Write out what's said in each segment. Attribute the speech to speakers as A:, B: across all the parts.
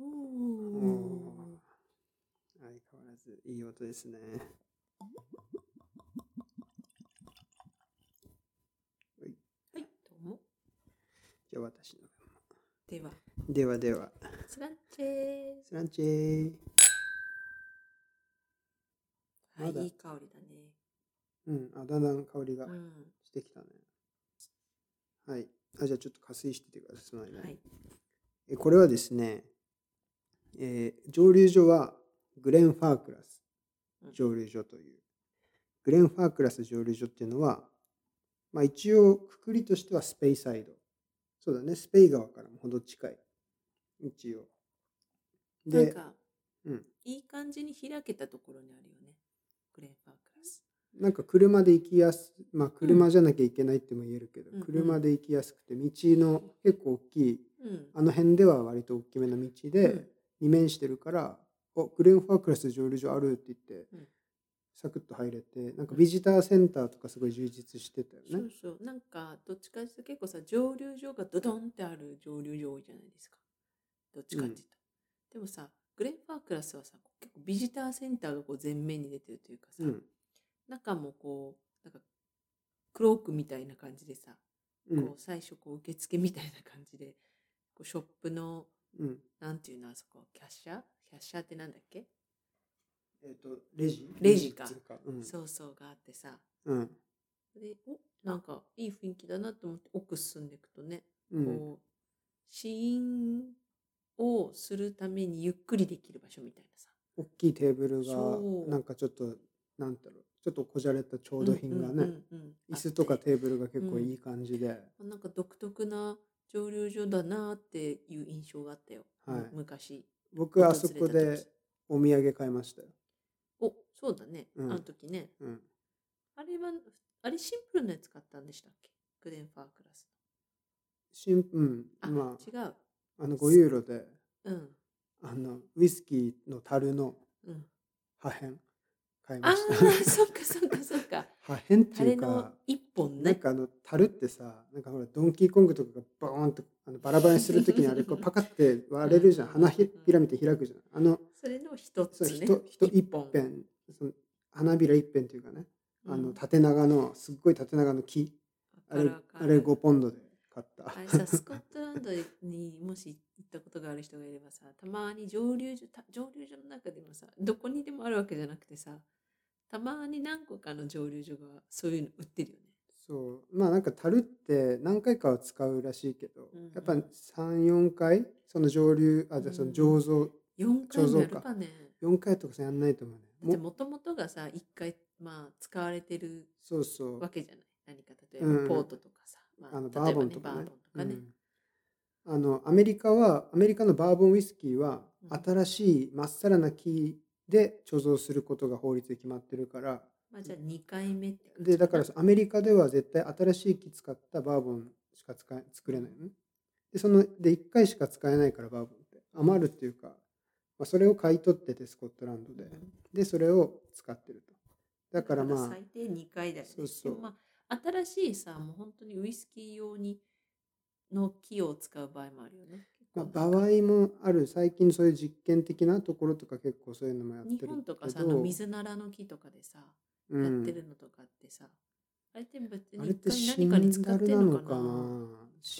A: お
B: お
A: お。
B: ー相変わらずいい音ですね。
A: はい、どうも。
B: じゃあ私の。
A: では、
B: ではでは、
A: スランチェー
B: スランチェー。
A: は
B: まだ
A: い、いい香りだね。
B: うん、あ、だんだん香りが
A: うん。
B: してきたね。はい。あ、じゃあちょっと加水しててください。その間に
A: はい。
B: えこれはですね、えー蒸留所はグレン・ファークラス
A: うん
B: 蒸留所という、グレン・ファークラス蒸留所っていうのは、まあ、一応くくりとしてはスペイサイドそうだねスペイ川からもほど近い一応
A: な
B: で
A: んか、
B: うん
A: いい感じに開けたところにあるよね。グレンパークラス。
B: なんか車で行きやすまあ車じゃなきゃいけないっても言えるけど、
A: うんうん
B: 車で行きやすくて道の結構大きい
A: うん。
B: あの辺では割と大きめな道で、
A: うん
B: に面してるから「おグレン・ファークラス蒸留所ある」って言って、
A: うん
B: サクッと入れてなんかビジターセンターとかすごい充実してたよ
A: そ
B: ね
A: うそう。なんか、どっちかっていうと結構さ、蒸留所がドドンってある蒸留所多いじゃないですか。どっちかっていうと。でもさ、グレンパークラスはさ、結構ビジターセンターがこう前面に出てるというかさ、
B: うん
A: 中もこう、なんか、クロークみたいな感じでさ、
B: うん
A: こう最初こう受付みたいな感じで、こうショップの、
B: うん
A: なんていうのあそこ、キャッシャーキャッシャーってなんだっけ、
B: えっとレジ
A: レジか
B: っていううん
A: そうそうがあってさ、
B: うん
A: で、おなんかいい雰囲気だなと思って奥進んでいくとね、
B: うん
A: こう、試飲をするためにゆっくりできる場所みたいなさ。
B: 大きいテーブルが
A: そう
B: なんかちょっとなんだろうちょっとこじゃれた調度品がね、
A: うんうんうんうん
B: 椅子とか
A: あって
B: テーブルが結構いい感じで、
A: なんか独特な蒸留所だなっていう印象があったよ。
B: はい
A: 昔。
B: 僕あそこ
A: 訪れた
B: で
A: 時
B: お土産買いましたよ、
A: お、そうだね。
B: うん
A: あの時ね。
B: うん、
A: あれは、あれシンプルなやつ買ったんでしたっけグレンファークラス。
B: しんうん
A: あ、
B: ま
A: 違う。
B: ああの5ユーロで
A: うん。
B: あのウイスキーの樽の
A: うん、
B: 破片買い
A: あ
B: ま
A: あ
B: した。
A: ー、そっかそっかそっか。
B: 破片って
A: タ
B: い
A: レ
B: うか
A: の、一本
B: なん
A: ね。
B: かあの樽ってさ、なんかほらドンキーコングとかがボーンとあのバラバラにするときにあ れこうパカって割れるじゃん。
A: うん
B: 花ひびらみて開くじゃん。あの
A: それの一つ
B: そう
A: ね。
B: 人人一辺その花びら一辺というかね、あ
A: う
B: の
A: ん
B: 縦長のすっごい縦長の木、あれ
A: わか
B: あ
A: る
B: れ
A: わかる
B: 5ポンドで買った。
A: あれさスコットランドにもし行ったことがある人がいればさたまに蒸留所た蒸留所の中でもさどこにでもあるわけじゃなくてさたまに何個かの蒸留所がそういうの売ってるよね。
B: そうまあなんか樽って何回かは使うらしいけど、
A: うんうん
B: やっぱ34回その上流あじゃあその醸造
A: 4回もやるかね。
B: 4回とかさやんないと思うね
A: だって
B: も
A: もともとがさ1回、まあ、使われてる
B: そうそう
A: わけじゃない何か例え
B: うんう
A: ば
B: ん
A: ポートとかさ、ま
B: あの
A: 例
B: バ
A: え
B: ーボ
A: ば
B: ン
A: ね
B: と
A: バー
B: か
A: ボン
B: ね
A: とかね。
B: うんあのアメリカはアメリカのバーボンウイスキーは
A: うん
B: 新しいまっさらな木で貯蔵することが法律で決まってるから
A: まあじゃあ2回目って感じ
B: でだからそうアメリカでは絶対新しい木使ったバーボンしか使え作れないのねでそので1回しか使えないからバーボンって余るっていうか、まあ、それを買い取っててスコットランドで
A: うん
B: でそれを使ってるとだからまあ
A: 最低2回だよね。
B: そうそう
A: でもまあ、新しいさ、もう本当にウイスキー用にの木を使う場合もあるよね。
B: まあ、
A: 結構
B: 場合もある最近そういう実験的なところとか結構そういうのもやってる
A: 日
B: けど
A: 本とかさ、あの水ならの木とかでさ、
B: う
A: やって
B: ん
A: るのとかってさ、あれって別
B: あれ
A: に
B: って
A: 一
B: シ
A: 回
B: ン
A: 何かに使
B: ダ
A: っ
B: ル
A: て
B: なん
A: の
B: の
A: か
B: か
A: な。
B: な
A: で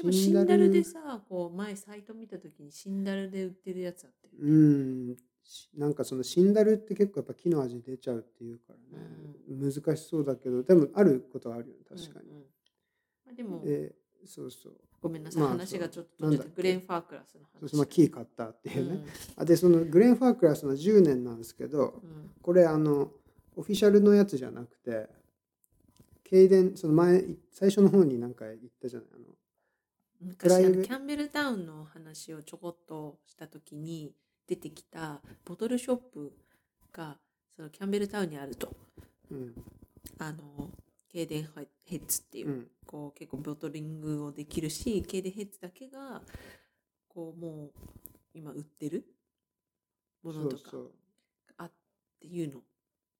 A: もシンダルでさ、こう前サイト見たときにシンダルで売ってるやつあってる。
B: うんしなんかそのシンダルって結構やっぱ木の味出ちゃうっていうからね、難しそうだけどでもあることはあるよね確かに、
A: うんうんまあ、でも、
B: でそうそう
A: ごめんなさい、
B: まあ
A: 話がちょっと
B: そ
A: 途
B: うなん
A: 中
B: だっ
A: で
B: け
A: グレーンファークラスの話。
B: そうそうまあ木買ったっていうね、
A: ね。
B: あでそのグレン・ファークラスの10年なんですけど
A: うんうん
B: これあのオフィシャルのやつじゃなくて経電その前最初の方に何か言ったじゃないあの
A: 昔あ
B: プライ
A: の
B: ベ
A: キャンベルタウンの話をちょこっとした時に出てきたボトルショップがそのキャンベルタウンにあると
B: うん
A: あのケイデンヘッツっていう,、
B: うん
A: こう結構ボトリングをできるしケイデンヘッツだけがこうもう今売ってるものとか
B: そうそう
A: あっていうの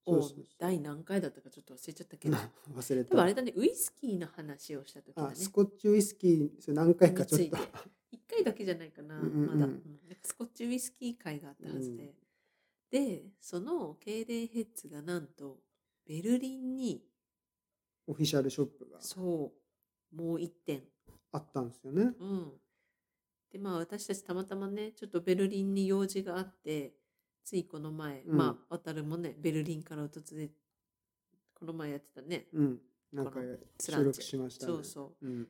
B: そう
A: を
B: そうそう
A: 第何回だったかちょっと忘れちゃったけど
B: 忘れ
A: 多分あ
B: た。
A: れだねウイスキーの話をした時だ
B: あ、
A: ね
B: スコッチウイスキー、それ何回かちょっ
A: につ
B: と
A: い。て一回だけじゃないかな、
B: うんうんう
A: ま
B: ん
A: だ、うんなんかスコッチウイスキー会があったはずで、でそのケイデンヘッツがなんとベルリンに
B: オフィシャルショップが
A: そうもう一点
B: あったんですよね。
A: うんでまあ私たちたまたまねちょっとベルリンに用事があってついこの前、
B: うん
A: まあ渡るもねベルリンから訪れこの前やってたね
B: うん。なんか
A: このスランチ
B: 収録しましたね。。
A: そうそう
B: ん。
A: う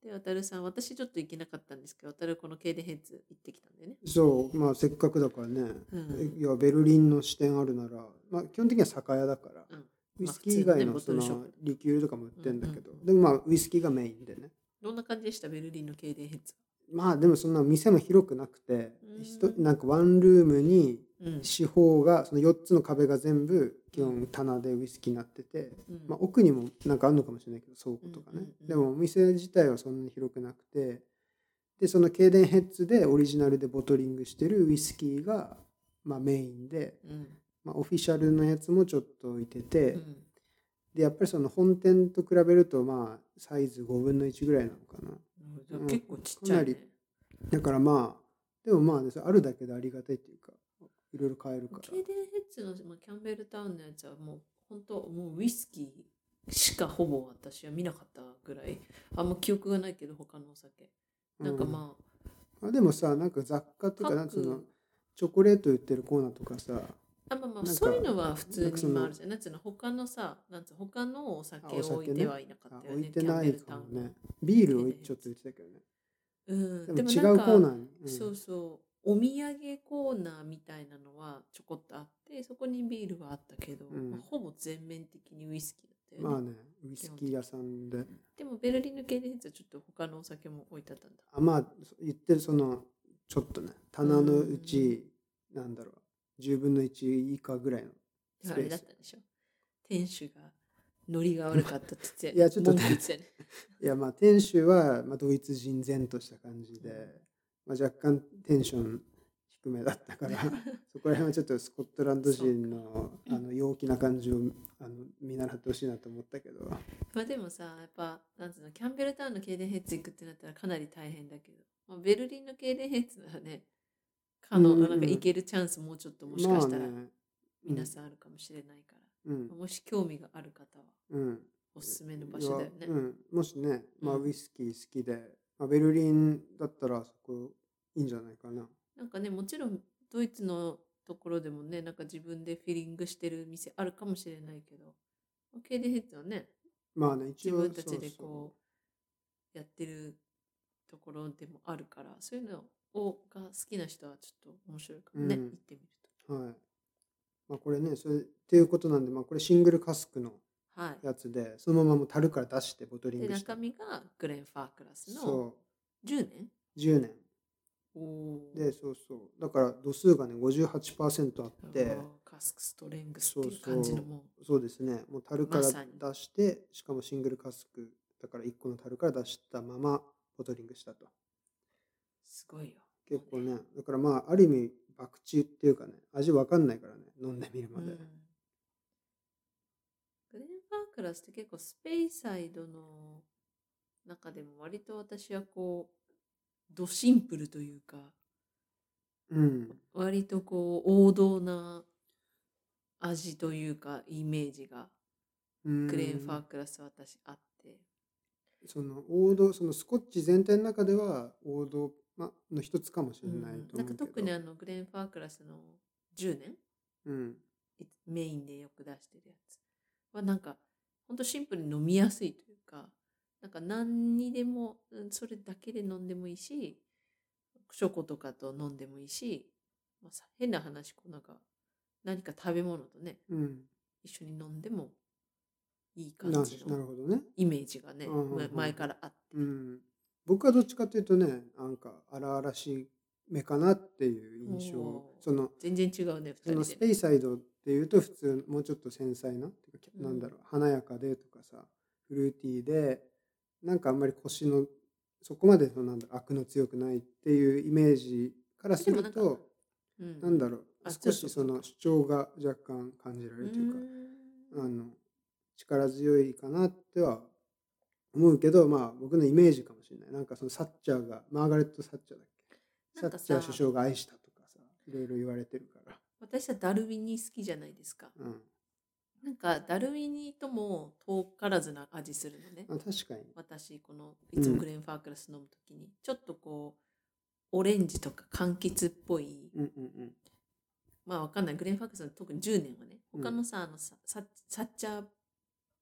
A: で渡るさん私ちょっと行けなかったんですけど渡るこのケイデンヘッツ行ってきたんだよね
B: そう、まあせっかくだからね。
A: うん
B: いや、ベルリンの支店あるなら、まあ基本的には酒屋だから。
A: うん
B: ウイスキー以外
A: ま
B: の
A: あ普
B: そ
A: 通のねボトルショッ
B: の
A: プ
B: リキュールとかも売ってんだけど、
A: うんうん
B: でもまあウイスキーがメインでね。
A: どんな感じでしたベルリンのケイデンヘッツ
B: まあでもそんな店も広くなくて、
A: うん
B: ひとなんかワンルームに
A: うん
B: 四方がその4つの壁が全部基本棚でウイスキーになってて、
A: うん
B: まあ、奥にもなんかあるのかもしれないけど倉庫とか
A: う
B: ね、
A: んうんうん
B: でもお店自体はそんなに広くなくてでそのケイデンヘッズでオリジナルでボトリングしてるウイスキーが、まあ、メインで、
A: うん
B: まあ、オフィシャルのやつもちょっと置いてて、
A: うん
B: でやっぱりその本店と比べるとまあサイズ5分の1ぐらいなのかな
A: うん結構ちっちゃい、ね
B: かなだからまあでもまあね、それあるだけでありがたいっていうかいろいろ買えるから
A: ケイデンヘッツの、まあ、キャンベルタウンのやつはもう本当もうウイスキーしかほぼ私は見なかったぐらいあんま記憶がないけど他のお酒なんかまあ、
B: うんあでもさなんか雑貨とか
A: 各
B: なんつうのチョコレート売ってるコーナーとかさ
A: あまあま
B: な
A: あ
B: んか
A: そういうのは普
B: な
A: 通
B: んかそ
A: に
B: の
A: まああるじゃんなんつうの他のさなんつうの他のお酒
B: あお酒
A: を
B: ね
A: 置いてはいなか
B: あ
A: ったよ
B: 置
A: ね
B: いてないかも
A: キャンベル
B: ねビールを
A: ケイデンヘッズ
B: ちょっと言ってたけどね
A: タウンのうん
B: でも違
A: な
B: うん
A: か
B: コーナーに、うん
A: そうそうお土産コーナーみたいなのはちょこっとあってそこにビールはあったけど、
B: うん
A: まあほぼ全面的にウイスキーだったよね、
B: まあねウイスキー屋さんで
A: でもベルリンの系列はちょっと他のお酒も置いてあったんだ
B: あまあ言ってるそのちょっとね棚のうち、なんだろう10分の1以下ぐらいの
A: いや
B: ス
A: あ
B: ペ
A: れ
B: ー
A: だっ
B: ス
A: たんでしょ店主がノリが悪かったって言って
B: いやちょっと
A: 文句言ってたよね
B: いやまあ店主は、まあ、ドイツ人善とした感じで、 まあ、若干テンション低めだったから そこら辺はちょっとスコットランド人のあの陽気な感じをあの見習ってほしいなと思ったけど
A: まあでもさやっぱなんつうのキャンベルタウンのケイデンヘッツ行くってなったらかなり大変だけど、まあ、ベルリンのケイデンヘッツならね可能、
B: うんうん
A: なんか行けるチャンスもうちょっともしかしたら
B: まあね
A: 皆さんあるかもしれないから、
B: うん
A: もし興味がある方は
B: うん
A: おすすめの場所だよね
B: いやうん、もしね、まあ、
A: うん
B: ウイスキー好きで、まあ、ベルリンだったらそこいいんじゃないかな
A: なんかねもちろんドイツのところでもねなんか自分でフィリングしてる店あるかもしれないけどケイデンヘッツはね
B: まあね一
A: 自
B: 応
A: 分たちで
B: そうそう
A: こうやってるところでもあるからそういうのをが好きな人はちょっと面白いかもね、
B: うん
A: 行ってみる
B: はい。まあこれね、それっていうことなんで、まあこれシングルカスクの
A: と。はい。
B: やつで、そのままもう樽から出してボトリン
A: で
B: グして
A: 中。身がグレン・ファークラスの
B: そ
A: 10年
B: う、10年。
A: おー
B: で、そうそう。だから度数がね、58%あって
A: あ、ーカスクストレングス
B: そ
A: っ
B: う
A: て
B: そ
A: い
B: う
A: う感じのも
B: そうですね、もう樽から
A: まさに
B: 出して、しかもシングルカスク、だから1個の樽から出したままボトリングしたと。
A: すごいよ。
B: 結構ね、だからまあある意味、博打っていうかね、味わかんないからね、飲んでみる
A: う
B: ま
A: ん
B: で。
A: グレン・ファークラスって結構スペイサイドの中でも割と私はこうドシンプルというか
B: うん。
A: 割とこう王道な味というかイメージが
B: うん
A: グレーンファークラスは私あって、
B: その王道そのスコッチ全体の中では王道、ま、の一つかもしれないと
A: な
B: 思
A: ん
B: う
A: か
B: けど、
A: 特にあのグレーンファークラスの10年
B: うん
A: メインでよく出してるやつはなんかほんとシンプルに飲みやすいというかなんか何にでもうんそれだけで飲んでもいいしチョコとかと飲んでもいいし、まあ、さ変な話こうなんか何か食べ物とね
B: うん、
A: 一緒に飲んでもいい感
B: な
A: じ
B: な
A: の
B: るほどね、
A: イメージがね、
B: うんうんうん
A: ま前からあって、
B: うん、僕はどっちかというとねなんか荒々しめかなっていう印象
A: おー
B: その
A: 全然違うね
B: そ
A: 2
B: の
A: 人
B: ス
A: で
B: ペイサイドっていうと普通もうちょっと繊細なっていうか
A: うん
B: なんだろう華やかでとかさフルーティーでなんかあんまり腰のそこまでそのなんだろう悪の強くないっていうイメージからす
A: でも
B: る
A: なんか
B: と
A: うん
B: なんだろう
A: あそ
B: 少しそう
A: そうそう
B: の主張が若干感じられるというか
A: うーん
B: あの力強いかなっては思うけどまあ僕のイメージかもしれないなんかそのサッチャーがマーガレット・サッチャーだっけ
A: な
B: サ
A: んか
B: ッ
A: さ
B: チャー首相が愛したとかさいろいろ言われてるから、
A: 私はダルウィニー好きじゃないですか。
B: うん
A: なんかダルウィニーとも遠からずな味するのね。
B: あ、確かに
A: 私この
B: うん
A: いつもグレーンファークラス飲むときに、ちょっとこうオレンジとか柑橘っぽい
B: うんうん
A: まあわかんないグレーンファークラスの特に10年はね
B: うん
A: 他のさ、あのさサッサッチャー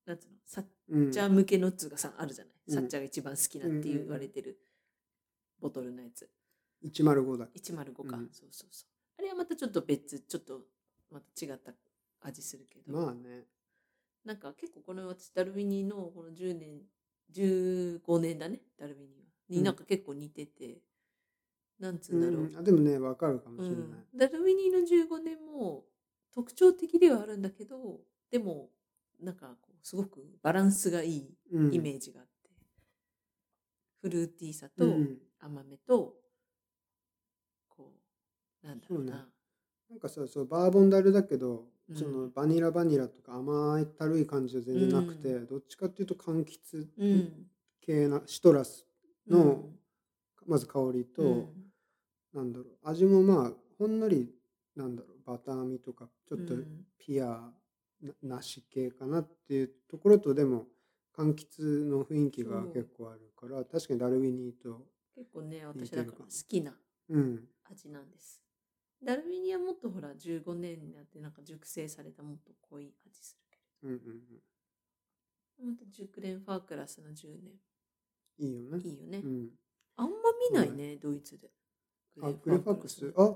A: なんつうのサッ
B: うんうん
A: チャー向けのっつうかさあるじゃない、
B: うん
A: サッチャーが一番好きなって言われてるボトルのやつ
B: 105だっけ
A: 105か、
B: うん
A: そうそうそうあれはまたちょっと別ちょっとまた違った味するけど、
B: まあね
A: なんか結構この私ダルビニーのこの10年15年だねダルビニーは
B: う
A: に
B: ん
A: なんか結構似てて、なんつう
B: うん
A: だろ
B: ん
A: う、
B: あでもねわかるかも
A: うん
B: しれない、
A: ダルビニーの15年も特徴的ではあるんだけどでもなんかこうすごくバランスがいい
B: うん、
A: イメージがあって、フルーティーさ
B: う
A: と
B: ん
A: 甘めと、こうなんだろう
B: そうね
A: な、
B: なんかさそうバーボンダルだけど、
A: うん
B: そのバニラバニラとか甘いたるい感じは全然なくて、
A: う
B: どっちかっていうと柑橘
A: うん
B: 系なシトラスの
A: うん
B: まず香りと、
A: うん
B: なんだろう味もまあほんのりなんだろうバター味とかちょっと
A: うん
B: ピアな梨系かなっていうところとでも柑橘の雰囲気が
A: そう
B: 結構あるから確かにダルウィニーと
A: 結構ね
B: 似
A: 私
B: てる
A: だ
B: か
A: から好きな
B: うん
A: 味なんですダルミニアもっとほら15年になってなんか熟成されたもっと濃い味する
B: うんうん
A: けどほんと熟練ファークラスの10
B: うんいいよね
A: 年いいよね、
B: うん、
A: あんま見ないねドイツで
B: あグレファックス
A: あ
B: あ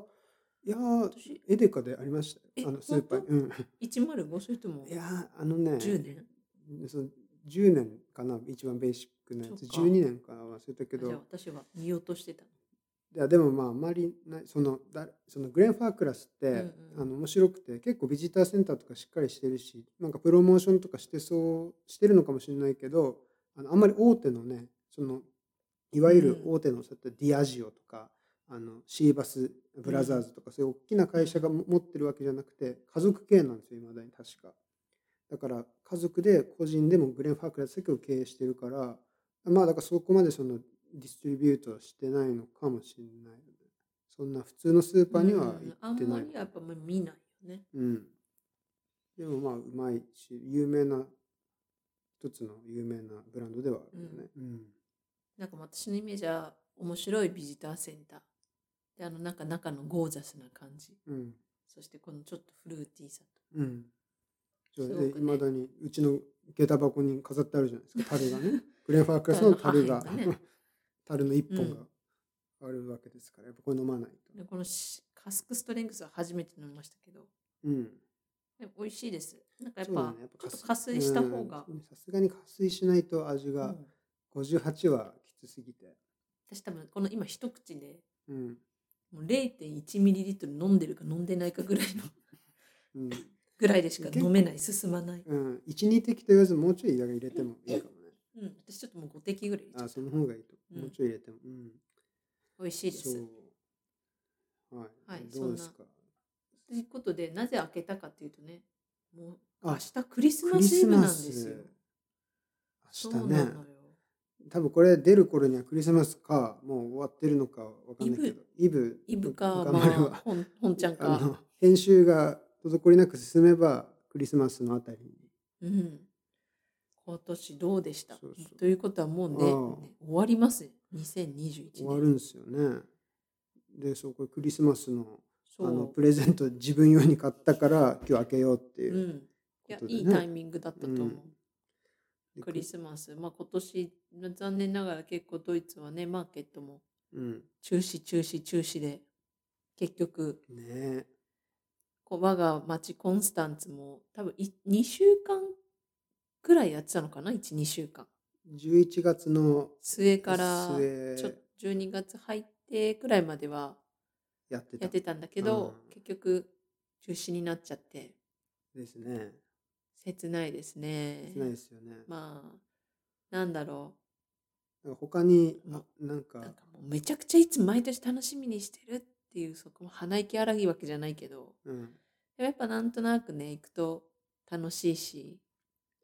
B: いやー
A: 私
B: エデカでありました
A: え
B: よあのスーパーに、 うん、
A: 105それとも
B: いやーあのね
A: 10年
B: その10年かな一番ベーシックなやつ
A: そうか
B: 12年かな忘れたけ
A: じゃあ
B: ど
A: 私は見ようとしてたの
B: いやでもまああまりないそのだそのグレン・ファークラスって、
A: うんうん
B: あの面白くて結構ビジターセンターとかしっかりしてるしなんかプロモーションとかしてそうしてるのかもしれないけどあのあんまり大手のねそのいわゆる
A: うん
B: 大手の、そういったディアジオとかあのシーバスブラザーズとか、そういう大きな会社がも持ってるわけじゃなくて家族系なんですよ未だに確かだから家族で個人でもグレン・ファークラスだけを経営してるからまあだからそこまでそのディストリビュートはしてないのかもしれないそんな普通のスーパーに
A: うん
B: は行って
A: あんま
B: ない、
A: りはやっぱ見ないよね
B: うん、でもまあうまいし有名な一つの有名なブランドではあるよね、うん
A: なんか私のイメージは面白いビジターセンターであのなんか中のゴージャスな感じ
B: うん
A: そしてこのちょっとフルーティーさと
B: うん。そう
A: すご
B: で、い
A: くね
B: まだにうちの下駄箱に飾ってあるじゃないですか、樽 がね。グレンファークラスの樽が
A: 樽の破片がね、
B: 樽の一本
A: う
B: があるわけですから、やっぱこれ飲まないと。
A: でこのしカスクストレングスは初めて飲みましたけど
B: うん。
A: でも美味しいですなんかやっ
B: そうだ
A: ぱ、
B: ねやっぱ
A: ちょっと加
B: 加
A: 水した方が、
B: うんさすがに加水しないと味
A: う
B: が
A: ん、
B: 58はきつすぎて。
A: 私多分この今一口で
B: うん。
A: もう 0.1ml 飲んでるか飲んでないかぐらいの
B: うん。
A: ぐらいでしか飲めない進まない、
B: うん。1、2滴と言わずもうちょい入れてもいいかもね。
A: うん、私ちょっともう5滴ぐらい入れちゃ
B: あ、
A: っ
B: そ
A: た
B: の方がいいと。
A: うん
B: もうちょい入れても。うん。
A: 美味しいです
B: そう。はい。
A: はい
B: どうですか
A: ということでなぜ開けたかっていうとねもう明
B: あ、
A: 日クリスマスイブなんです
B: クリス
A: よ
B: マ
A: そ
B: 明
A: う
B: 日
A: なの
B: ね
A: よ。
B: 多分これ出る頃にはクリスマスかもう終わってるのかわかんないけどイブ
A: イブか、
B: 頑
A: ま
B: 張れ
A: あ、
B: ば
A: ほん本ちゃん
B: あの
A: か。
B: 編集が滞りなく進めばクリスマスのあたりに
A: うん。今年どうでした
B: そうそう
A: ということはもうね、
B: ああ
A: 終わりますね。2021年。
B: 終わるんですよねでそうこれクリスマスのあ
A: そう
B: のプレゼント自分用に買ったから今日開けようっていうう、
A: ん。いや
B: こ、とで
A: い
B: ね
A: いタイミングだったと思う。
B: うんで
A: クリスマス。まあ今年、残念ながら結構ドイツはね、マーケットも
B: うん
A: 中止、中止、中止で、結局、
B: ねえ
A: こう我が町コンスタンツも多分い2週間くらいやってたのかな ?1、2週間。
B: 11月の
A: 末から
B: 末
A: ちょ12月入ってくらいまでは
B: やって
A: や
B: た
A: ってたんだけど、
B: うん
A: 結局中止になっちゃって
B: ですね
A: 切ないですね
B: 切ないですよね、
A: まあなんだろ
B: なんか他に
A: うん
B: あな
A: うな
B: ん
A: んか
B: か
A: もうめちゃくちゃいつ毎年楽しみにしてるっっていうそこも鼻息荒いわけじゃないけど
B: うん、
A: でもやっぱなんとなくね行くと楽しいし、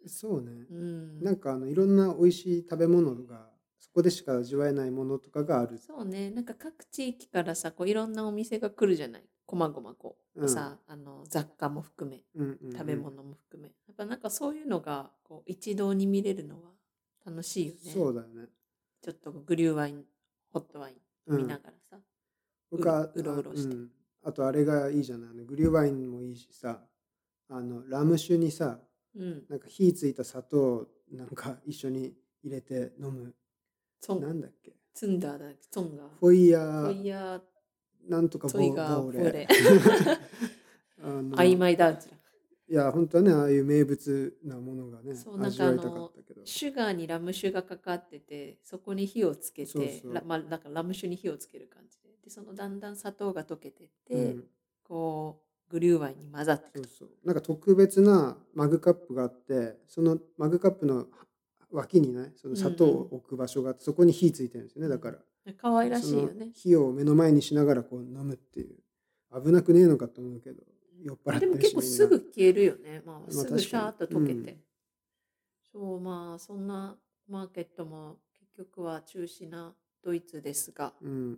B: そうね、
A: うん、
B: なんかあのいろんな美味しい食べ物がそこでしか味わえないものとかがある
A: そうねなんか各地域からさこういろんなお店が来るじゃないこまごまこう、
B: うん
A: さあの雑貨も含め
B: うんうんうん
A: 食べ物も含め、やっぱなんかそういうのがこう一堂に見れるのは楽しいよね
B: そうだよね、
A: ちょっとグリューワインホットワイ
B: う
A: ン見
B: ん
A: な、がらさ、
B: 僕は
A: うろうろして
B: んあとあれがいいじゃないあのグリューワインもいいしさあのラム酒にさ
A: うん
B: なんか火ついた砂糖なんか一緒に入れて飲む
A: ツォ
B: な
A: ン
B: んだっけ
A: ツンダーだっけツォンが
B: フォイヤ
A: フォイ
B: ー
A: ヤー
B: なんとかボ
A: トイガー
B: ボ
A: ボ
B: ーレ
A: ーレ
B: あの
A: 曖昧だーチだ
B: いや本当はねああいう名物なものがね
A: そうなん
B: 味
A: かあ
B: わ
A: の
B: いたかったけど
A: シュガーにラム酒がかかっててそこに火をつけて
B: そうそう
A: ラまあ、なんかラム酒に火をつける感じででそのだんだん砂糖が溶けてって、
B: うん
A: こうグリューワインに混ざってく
B: そう
A: る
B: そうなんか特別なマグカップがあってそのマグカップの脇にねその砂糖を置く場所があって、そこに火ついてるんですよねだから、
A: 可愛らしい
B: そ
A: よ
B: の
A: ね
B: 火を目の前にしながらこう飲むっていう危なくねえのかと思うけど酔っ払って
A: で
B: るし
A: も結構すぐ消えるよね、まあ、
B: まあ
A: すぐシャーッと溶け
B: 確か
A: て、そうまあそんなマーケットも結局は中止なドイツですが、
B: みんなうん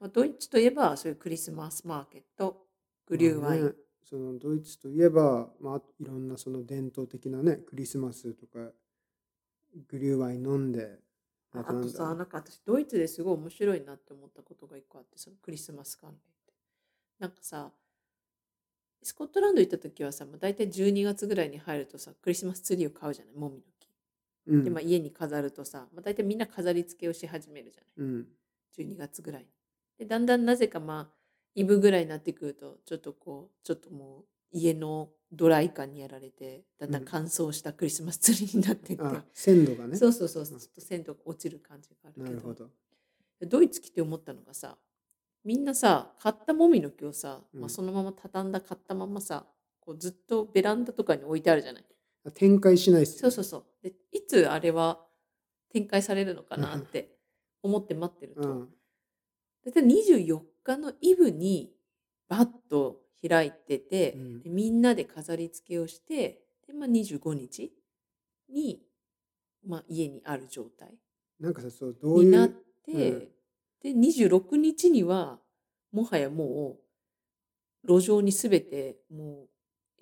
A: まあ、ドイツといえばそういうクリスマスマーケットグリューワイン、
B: まあねそのドイツといえば、まあ、いろんなその伝統的なねクリスマスとかグリューワイン飲んで
A: あ
B: あ
A: あ
B: となんだ
A: とさ、なんか私、ドイツですごい面白いなって思ったことが一個あって、そのクリスマス関連って。なんかさ、スコットランド行った時はさ、まあ、大体12月ぐらいに入るとさ、クリスマスツリーを買うじゃない、もみの
B: うん
A: 木。で、まあ、家に飾るとさ、まあ、大体みんな飾り付けをし始めるじゃない。
B: うん
A: 12月ぐらいに。で、だんだんなぜかまあ、イブぐらいになってくると、ちょっとこう、ちょっともう、家のドライ感にやられて、だんだん乾燥したクリスマスツリーになってって、
B: あ鮮度がね
A: そうそうそう、ちょっと鮮度が落ちる感じがある
B: な
A: け
B: る
A: ど
B: ほ。ど
A: ドイツ来て思ったのがさみんなさ買ったもみの木をさ、
B: うん
A: まあ、そのまま畳んだ買ったままさこうずっとベランダとかに置いてあるじゃない
B: 展開しないっす
A: そう
B: よね
A: そうそうでいつあれは展開されるのかなって思って待ってると、
B: うん
A: だいたい24日のイブにバッと開いてて、
B: うん
A: でみんなで飾り付けをしてで、まあ、25日に、まあ、家にある状態
B: なんかさそうどう
A: に
B: い
A: なっ
B: う
A: て、で26日にはもはやもう路上にすべてもう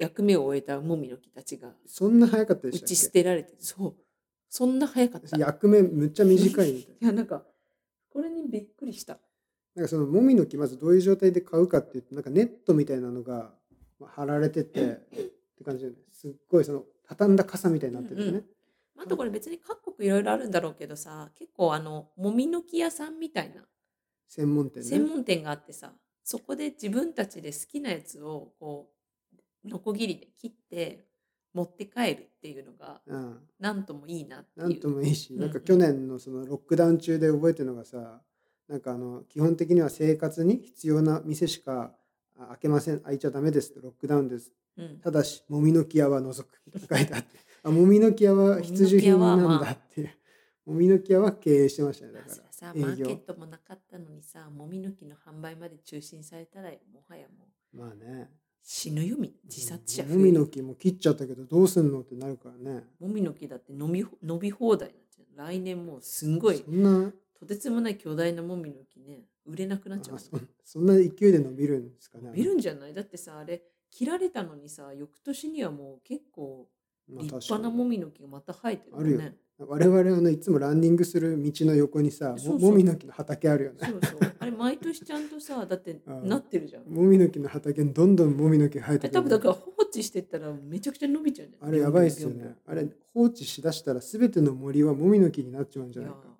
A: 役目を終えたもみの木たちが
B: そんな早かったで
A: 打
B: したっ
A: ち
B: け
A: 捨てられてそうそんな早かった
B: 役目むっちゃ短いみたい
A: いやなんかこれにびっくりした
B: ななんかそのもみの木まずどういう状態で買うかっていうとなんかネットみたいなのがまあ張られててって感じだよねすっごいその畳んだ傘みたいになってるよ
A: うんう
B: ね
A: んあとこれ別に各国いろいろあるんだろうけどさ結構あのもみの木屋さんみたいな
B: 専門店ね
A: 専門店があってさそこで自分たちで好きなやつをこうノコギリで切って持って帰るっていうのが
B: うん
A: なんともいいなっていう。
B: なんともいいし、
A: うん
B: なんか去年のそのロックダウン中で覚えてるのがさ、なんかあの基本的には生活に必要な店しかあ開けません、開いちゃダメですと、ロックダウンです。
A: うん
B: ただし、もみの木屋は除くみたいな書いてあって、あ、もみの木屋は必需品なんだっていう。もみの木屋は経営してましたね、だ
A: まあ
B: か
A: そりゃさ
B: ら。
A: マ
B: 営
A: ーケ
B: 業
A: ッ。トもなかったのにさもみの木の販売まで中止にされたらもはやもう
B: まあね。
A: 死ぬよみ自殺者増え
B: も
A: る
B: みの木も切っちゃったけど、どうすんのってなるからね。
A: もみの木だって伸び伸び放題になっちゃう来年もうすんごい
B: そんな、
A: とてつもない巨大なもみの木ね売れなくなっちゃう
B: あそそんな勢いで伸びるんですかね。
A: 見るんじゃないだってさあれ切られたのにさ翌年にはもう結構
B: まあ
A: 立
B: 確か
A: 派
B: に
A: なもみの木がまた生えてるもん
B: あ
A: ね
B: 我々あのいつもランニングする道の横にさも
A: そうそう
B: もみの木の畑あるよ
A: そ
B: ね
A: うそうあれ毎年ちゃんとさだって
B: うん
A: なってるじゃん
B: もみの木の畑にどんどんもみの木生え
A: あれ
B: てくる
A: 多分だから放置してったらめちゃくちゃ伸びちゃうんじゃ
B: あ
A: ない
B: れやばいっすよ
A: ビョン
B: ね
A: ビョ
B: あ
A: ンビョ
B: れ
A: ン
B: 放置しだしたら全ての森はもみの木になっちまうんじゃ
A: い
B: な
A: や
B: いか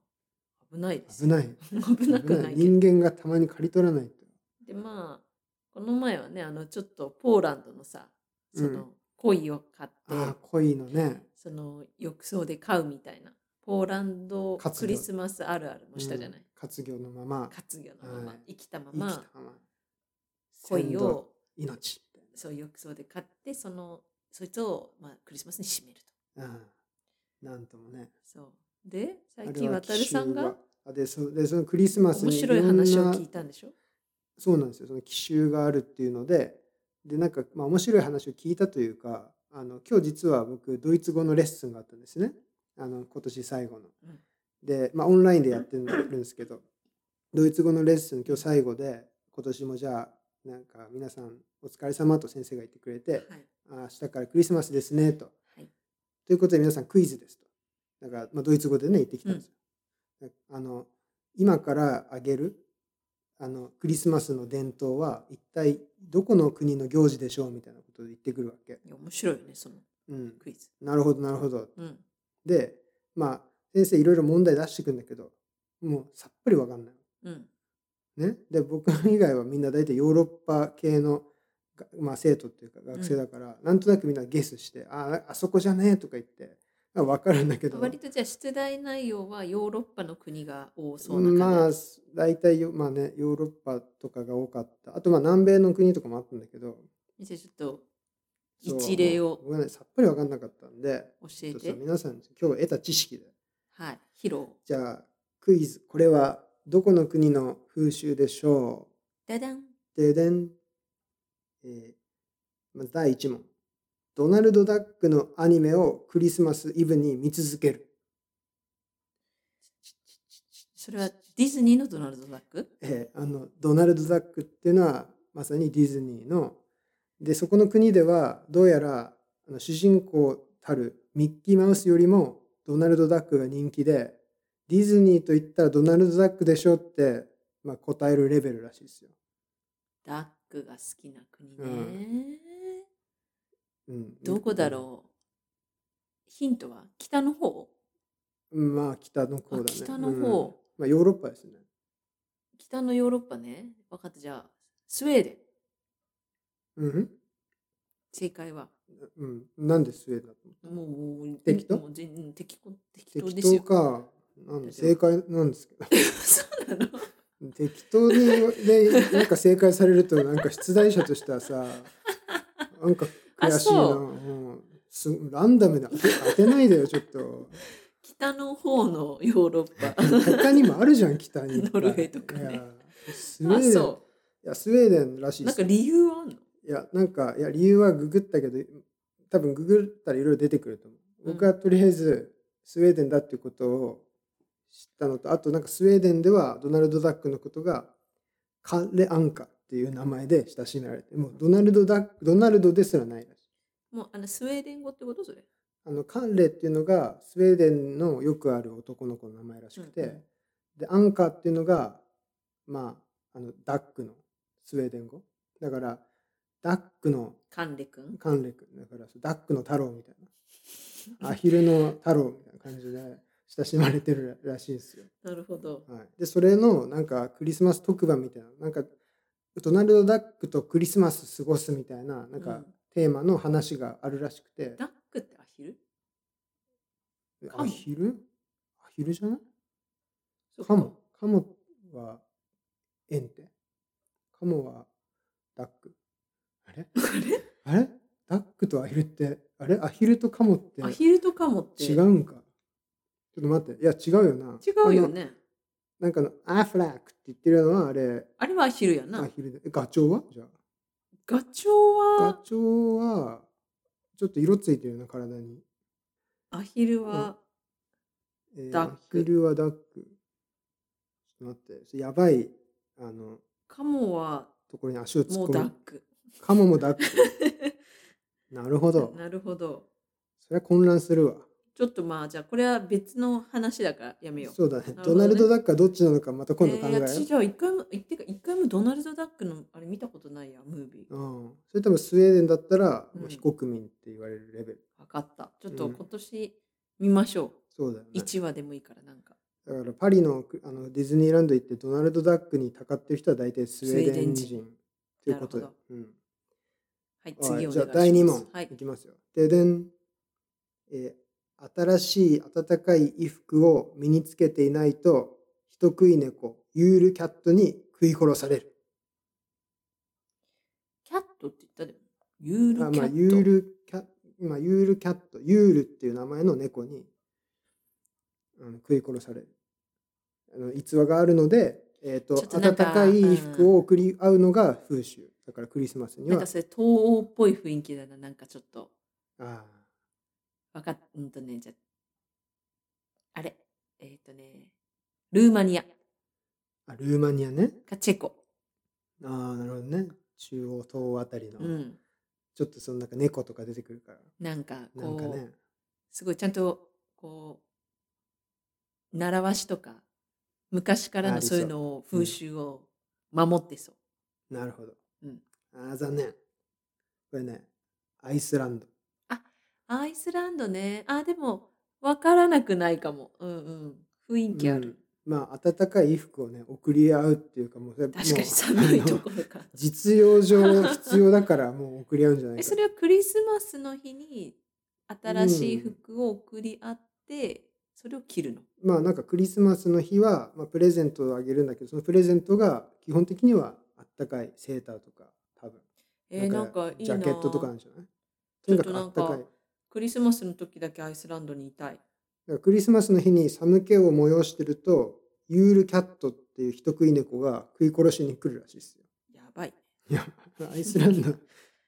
A: 危ないです
B: 危ない
A: 危なくないけど
B: 人間がたまに刈り取らないと
A: でまあこの前はねあのちょっとポーランドのさそ
B: うん
A: の鯉を買って、
B: ああ恋のね
A: その浴槽で飼うみたいなポーランド
B: 活動
A: クリスマスあるあるもしたじゃない、
B: うん活業のまま
A: 活魚のまま、
B: はい
A: 生きたま
B: 生きた
A: ま
B: まま
A: 鯉
B: 鮮度
A: を
B: 命
A: そう浴槽で飼ってそのそいつを、まあ、クリスマスに締めると
B: うんなんともね
A: そうで最
B: あれ
A: 近
B: は
A: 渡るさん
B: 奇襲
A: が
B: あでそでそのクリスマス
A: 面
B: に
A: 白い話を
B: ろんな
A: 聞いたんでしょ
B: そうなんですよその奇襲があるっていうのででなんかまあ面白い話を聞いたというかあの今日実は僕ドイツ語のレッスンがあったんですねあの今年最後の
A: うん。
B: で、まあ、オンラインでやってるんですけどドイツ語のレッスン今日最後で今年もじゃあなんか皆さんお疲れ様と先生が言ってくれて、
A: はい。
B: あ明日からクリスマスですねと。
A: はい
B: ということで皆さんクイズですと。だから、まあ、ドイツ語でね言ってきたんですよ。あの今からあげるあのクリスマスの伝統は一体どこの国の行事でしょうみたいなことで言ってくるわけ。
A: いや面白いよね、その
B: うん、
A: クイズ。
B: なるほどなるほど。
A: うん。
B: でまあ先生いろいろ問題出してくるんだけどもうさっぱりわかんない。
A: うん。
B: ね、で僕以外はみんな大体ヨーロッパ系の、がまあ、生徒っていうか学生だから、なんとなくみんなゲスして「ああそこじゃねえ」とか言ってあ分かるんだけど
A: 割とじゃあ出題内容はヨーロッパの国が多そうな感じ。
B: まあ大体よ、まあね、ヨーロッパとかが多かったあとまあ南米の国とかもあったんだけど
A: じゃあちょっと
B: そう
A: 一例を
B: 僕はねさっぱり分かんなかったんで
A: 教
B: ち
A: え
B: ょっとさ
A: て。
B: 皆さん今日得た知識で
A: はい。披露。
B: じゃあクイズこれはどこの国の風習でしょう
A: ダダン。
B: ででん。えーまず第1問。ドナルド・ダックのアニメをクリスマスイブに見続ける。
A: それはディズニーのドナルド・ダック
B: えーあの、ドナルド・ダックっていうのはまさにディズニーの。で、そこの国ではどうやらあの主人公たるミッキーマウスよりもドナルド・ダックが人気で、ディズニーと言ったらドナルド・ダックでしょって、まあ、答えるレベルらしいですよ。
A: ダックが好きな国ね。
B: ううん、
A: どこだろうヒントは北の方
B: うんまあ北の
A: あ
B: 方だね。
A: 北の方、
B: うんまあヨーロッパですね。
A: 北のヨーロッパね。分かった。じゃあ、スウェーデン。
B: うん
A: 正解は。
B: うん、なんでスウェーデンだと思
A: もう、もう
B: 適当
A: もう全然適当適
B: う
A: 当です
B: 適
A: よ
B: 当。かなんで
A: だけ
B: 正解なんですけ
A: そうなの
B: ど適当にでなんか正解されるとなんか出題者として はさなんか悔しいな
A: あそう
B: うんすランダムで当て当てないでよちょっ と
A: 北の方のヨーロッパ。
B: 他にも あるじゃん北にいっぱい
A: ノルウェーとかね
B: いやスウェー
A: あ、
B: デン
A: そ
B: いやスウェーデンらし
A: う。
B: い
A: な
B: で
A: ん
B: す
A: か
B: い
A: 理由はあんの
B: やなんかいや理由はググったけど多分ググったらいろいろ出てくると思う
A: うん
B: 僕はとりあえずスウェーデンだっていうことを知ったのとあとなんかスウェーデンではドナルド・ダックのことがカレ・アンカっていう名前で親しめられてもうドナルド・ダックドナルドですらないらしい
A: もうあのスウェーデン語ってことそれ。
B: あのカンレっていうのがスウェーデンのよくある男の子の名前らしくて、
A: うんうん
B: でアンカっていうのがまああのダックのスウェーデン語だからダックの
A: カンレ君。
B: カンレ君だからダックの太郎みたいなアヒルの太郎みたいな感じで親しまれてるらしいんですよ。
A: なるほど。
B: はい、でそれのなんかクリスマス特番みたいななんかドナルド・ダックとクリスマス過ごすみたいなな
A: う
B: んか
A: ん
B: テーマの話があるらしくて、
A: ダックってアヒルカモ
B: アヒルアヒルじゃない
A: そう
B: カモカモはエンテカモはダックあれ
A: あれ
B: あれダックとアヒルってあれアヒルとカモって
A: アヒルとカモって
B: 違うんかちょっと待っていや違うよな
A: 違うよね。
B: あのなんかのアフラックって言ってるのはあれ
A: あれはアヒルや
B: ア
A: な。
B: ヒルでえガチョウはじゃ
A: ガチョ
B: あ
A: ウ
B: ガ
A: は
B: チョウはちょっと色ついてるな体に、
A: アヒルは
B: えー
A: ダック
B: アヒルはダックちょっと待ってそれやばいあの
A: カモは
B: ところに足を突
A: も
B: っ
A: う
B: 込
A: ダ
B: む
A: ック。
B: カモもダ ックなるほど
A: なるほど。
B: それは混乱するわ
A: ちょっとまあじゃあこれは別の話だからやめよう。
B: そうだ
A: な
B: ね
A: るほどね
B: ドナルド・ダックはどっちなのかまた今度考え
A: え
B: よ
A: ー
B: う、
A: 私じゃあ一回も言ってか一回もドナルドダックのあれ見たことないやムービー。
B: うん、それ多分スウェーデンだったら、
A: うん
B: もう非国民って言われるレベル
A: 分かった。ちょっと
B: うん
A: 今年見ましょう。
B: そうだよね
A: 一話でもいいからなんか
B: だからパリのあのディズニーランド行ってドナルド・ダックにたかってる人は大体スウェーデン
A: スウェーデ
B: 人ということで
A: なる、
B: うん
A: はい
B: は
A: 次お願いし
B: い
A: ます。
B: じゃあ第2問
A: はい
B: い。きますよ、ででん、えー新しい暖かい衣服を身につけていないと人食い猫ユールキャットに食い殺される
A: キャットって言ったでもユールキャ
B: あ
A: ット。
B: まあ、ユールキャまあユールキャットユールっていう名前の猫に、うん、食い殺されるあの逸話があるのでえっ、と
A: ちょっとな
B: 暖
A: んか
B: かい衣服を贈り合うのが風習だからクリスマスに
A: なん
B: は
A: かそれ東欧っぽい雰囲気だななんかちょっと
B: あ
A: わかっうんとねじゃあれえっ、とねルーマニア
B: ーあルーマニアね
A: かチェコ
B: ああなるほどね中央東欧あたりの、
A: うん
B: ちょっとそのなんか猫とか出てくるから
A: なんか
B: な
A: こう
B: んかね
A: すごいちゃんとこう習わしとか昔から
B: あ
A: の
B: り
A: そ
B: そう
A: ういうのを風習を守ってそう、
B: なるほど、
A: うん
B: ああ残念これねアイスランド
A: アイスランドねあでもわからなくないかもうんうん雰囲気ある、
B: うんまあ暖かい衣服をね送り合うっていうかもう確
A: 確かに寒いところか
B: 実用上必要だからもう送り合うんじゃない
A: え
B: か
A: それはクリスマスの日に新しい服を送り合って、それを着るの
B: まあなんかクリスマスの日は、まあ、プレゼントをあげるんだけどそのプレゼントが基本的にはあったかいセーターとか多分
A: えー、なんかいい
B: ジ
A: な
B: ャケットとかなんじゃな
A: ち
B: いと
A: ょっ
B: に
A: と
B: かくあったか
A: ないんかクリスマスの時だけアイスランドにいたい
B: だからクリスマスの日に寒気を催してるとユールキャットっていう人食い猫が食い殺しに来るらしいですよ
A: やばい
B: いやアイスランド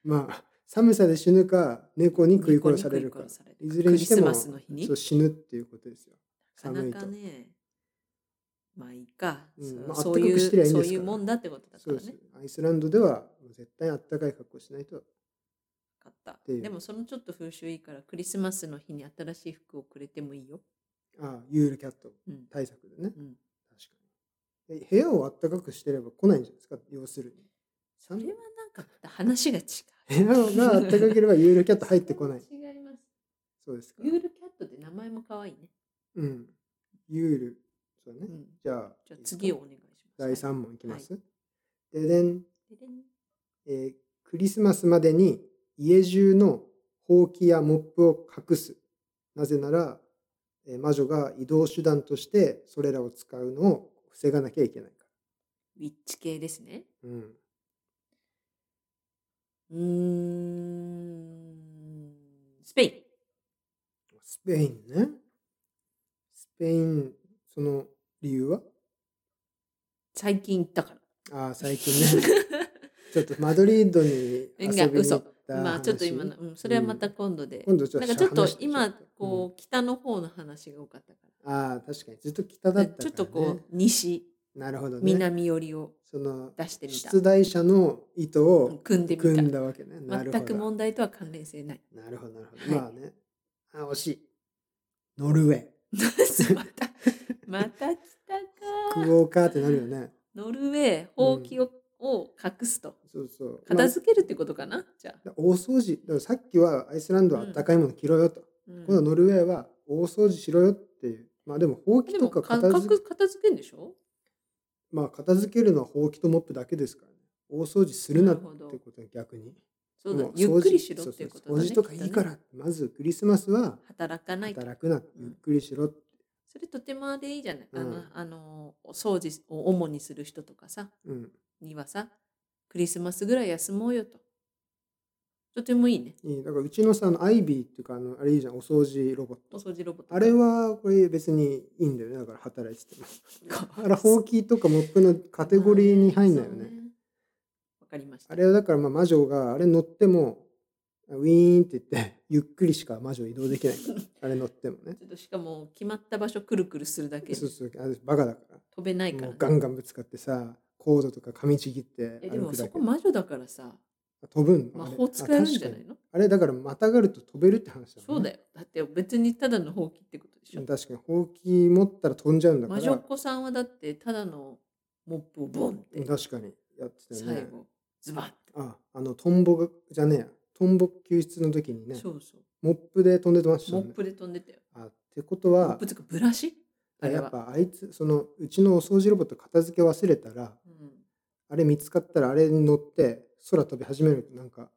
B: まあ寒さで死ぬか猫に食い殺されるか
A: 猫に食い殺されるか
B: いずれにしても
A: クリスマスの日に
B: そう死ぬっていうことですよ
A: な
B: 寒い
A: かなか
B: と、
A: ねまあいいか、
B: うん
A: そう
B: まあ
A: そう
B: あった
A: い
B: かくしてりゃ
A: う
B: いいん
A: そ
B: で
A: う
B: すから
A: いうもんだってことだか
B: そう
A: ら
B: です
A: ね
B: アイスランドでは絶対あったかい格好しないと
A: 買った
B: ていう
A: でもそのちょっと風習いいからクリスマスの日に新しい服をくれてもいいよ、
B: ああユールキャット
A: うん
B: 対策でね
A: うん、
B: 確かにで部屋をあったかくしてれば来ないんじゃないですか要するに
A: それはなんか話が違う
B: 部屋があったかければユールキャット入ってこない
A: それは違います
B: そうですか
A: ユールキャットって名前も可愛いね、
B: うんユールそうね、
A: うん、
B: じゃあ
A: じゃあ次をお願いします
B: 第三問いきます、ででん
A: ででん
B: えークリスマスまでに家中のほうきやモップを隠すなぜなら、えー魔女が移動手段としてそれらを使うのを防がなきゃいけないか
A: ウィッチ系ですね
B: ら、うん、
A: うーんスペイン
B: スペインねスペインその理由は
A: 最近行ったから
B: ああ最近 ねちょっとマドリードに遊びに行った
A: 嘘
B: 話
A: まあちょっと今の、うん、それはまた今度で、
B: 今度ちょっ
A: なん
B: と
A: かちょっと
B: 話して
A: 今
B: うん
A: こう北の方の話が多かったか
B: ああ確かにずっと北だ
A: ら、
B: ったから、ね、
A: ちょっとこう西
B: なるほどね
A: 南寄りを
B: その
A: 出してみた
B: 出題者の意図
A: うん
B: を
A: 組んで
B: 組ん
A: み
B: だわけね。な
A: た
B: るほ
A: 全く
B: ど。
A: 問題とは関連性ない
B: なるほど、なるほ
A: は
B: ど。
A: い
B: まあね。あ、惜しい。ノルウェー。
A: またまた来た
B: ク
A: か
B: オーカーってなるよね。
A: ノルウェーほうきを,、を隠すと
B: そうそう。
A: 片付けるってことかな、じゃあ、
B: まあ大掃除。だからさっきはアイスランドはあったかいもの着ろよと。
A: うん
B: 今度はノルウェーは大掃除しろよっていう。まあでも、ほうき
A: で
B: と
A: も
B: か
A: か
B: 片
A: か
B: 付
A: く
B: け、
A: 片付けんでしょ
B: まあ片付けるのはほうきとモップだけですからね。大掃除するなって
A: なるほど
B: ことは逆に。
A: そうだ
B: もう
A: ゆっくりしろっていうことだね
B: 掃除そうそう掃除とかいいか
A: きっとね
B: ら、まずクリスマスは
A: 働かないと
B: 働くな、ゆっくりしろって。
A: それとてもあれいいじゃない、
B: うん
A: あのあのお掃除を主にする人とかさ
B: うん。
A: にはさクリスマスぐらい休もうよととてもいいね
B: いいだからうちのさあのアイビーっていうかあのあれいいじゃんお掃除ロボッ
A: お
B: ト
A: 掃除ロボット
B: あれはこれ別にいいんだよねだから働いてても
A: か
B: あれほうきとかモップのカテゴリーに入んないよ
A: そう
B: ね
A: わかりました
B: あれはだからまあ魔女があれ乗ってもウィーンって言って ゆっくりしか魔女移動できないからあれ乗ってもね
A: ちょっとしかも決まった場所くるくるするだけで
B: そう
A: 飛
B: そうあれバカだか
A: べな
B: ら
A: いか
B: も
A: ら
B: うガンガンぶつかってさコードとか噛みちぎって
A: えで
B: 歩
A: も
B: く
A: そ
B: だけ
A: こ魔女だからさ
B: 飛ぶんの
A: 魔
B: あれ
A: 法使えるんじ
B: あ
A: ゃな
B: 確か
A: い
B: に
A: の
B: あれだからまたがると飛べるって話だ
A: そうだよだって別にただのほうきってことでしょ
B: 確かにほうき持ったら飛んじゃうんだか
A: 魔
B: ら
A: 女っ子さんはだってただのモップをボンって
B: 確かにやってたよ
A: 最
B: ね
A: 後ズバッて
B: ああのトンボがじゃねえやトンボ救出の時にね
A: そうそう
B: モップで飛んでてました
A: モ
B: よ
A: ッ
B: ね
A: プで飛んでたよ。
B: あってこと
A: モッ
B: は
A: プとかブラシあれ
B: や
A: は
B: っぱあいつそのうちのお掃除ロボット片付け忘れたら
A: うん、
B: あれ見つかったらあれに乗って空飛び始めるなんかっ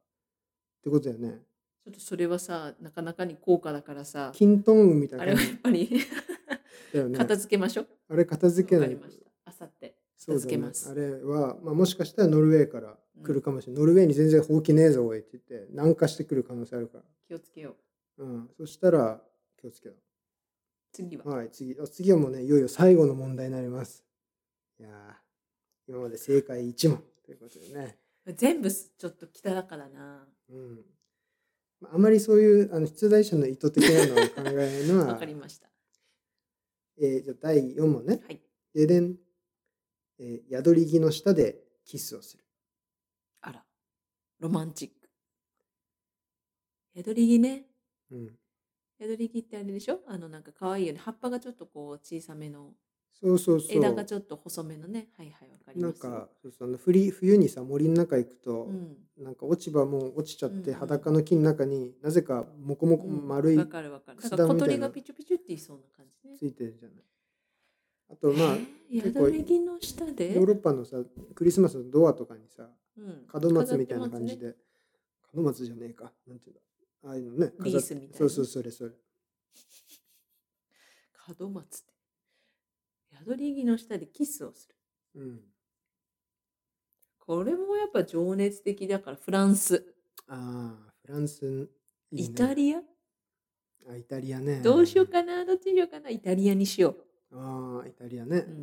B: てことだよね
A: ちょっとそれはさ、なかなかに高価だからさ、
B: キントンウみたい
A: あ
B: な
A: れは
B: 感じ
A: やっぱり
B: だよね
A: 片付けましょう。
B: あれ片付け
A: わ
B: な
A: か
B: い
A: り
B: と
A: ました。あさって
B: そう
A: 片付
B: だ
A: け
B: ね
A: ま、す。
B: あれは、まあ、もしかしたらノルウェーから来るかもしれない、ノルウェーに全然ほうきねえぞおいって言って南下してくる可能性あるから、
A: 気をつけよう。
B: うん、そしたら気をつけろ
A: 次は。
B: はい、次、あ次はもうね、いよいよ最後の問題になります。いや今まで正解1問ということでね。
A: 全部すちょっと北だからな。
B: うん。まああまりそういうあの出題者の意図的なのを考えるの
A: わ
B: は
A: か、りました。
B: えーじゃあ第4問ね。
A: はい。
B: ででん、えー宿り木の下でキスをする。
A: あら。ロマンチック。宿り木ね。
B: うん。
A: 宿り木ってあれでしょあのなんか可愛いよね。葉っぱがちょっとこう小さめの。
B: そうそうそう。
A: 枝がちょっと細めのね。はいはい、わかり
B: な
A: ま
B: ん
A: す。
B: か、そうそうあのふり冬にさ、森の中行くと、
A: うん。
B: なんか落ち葉も落ちちゃっ
A: うんう
B: て、
A: ん
B: 裸の木の中になぜかモコモコ丸い
A: わかるわかる。
B: くす
A: だから
B: 玉みた
A: 小
B: いな
A: 鳥がピチュピチュって言いそうな感じね。
B: ついてるじゃない。あとまあ、
A: えー
B: 結構
A: 宿り木の下で
B: ヨーロッパのさクリスマスのドアとかにさ
A: うん
B: 門松みたいな感じ
A: 飾って
B: で、門松じゃねえかなんていうんだああいうのね飾っ
A: リースみたいな
B: そうそうそれそれ
A: ますね門松って。宿り木の下でキスをする。
B: うん
A: これもやっぱ情熱的だからフランス、
B: ああフランスいいね
A: イタリア、
B: あイタリアね
A: どうしようかな、どっちにしようかな、イタリアにしよ
B: ああイタリアね、
A: うん
B: 確かに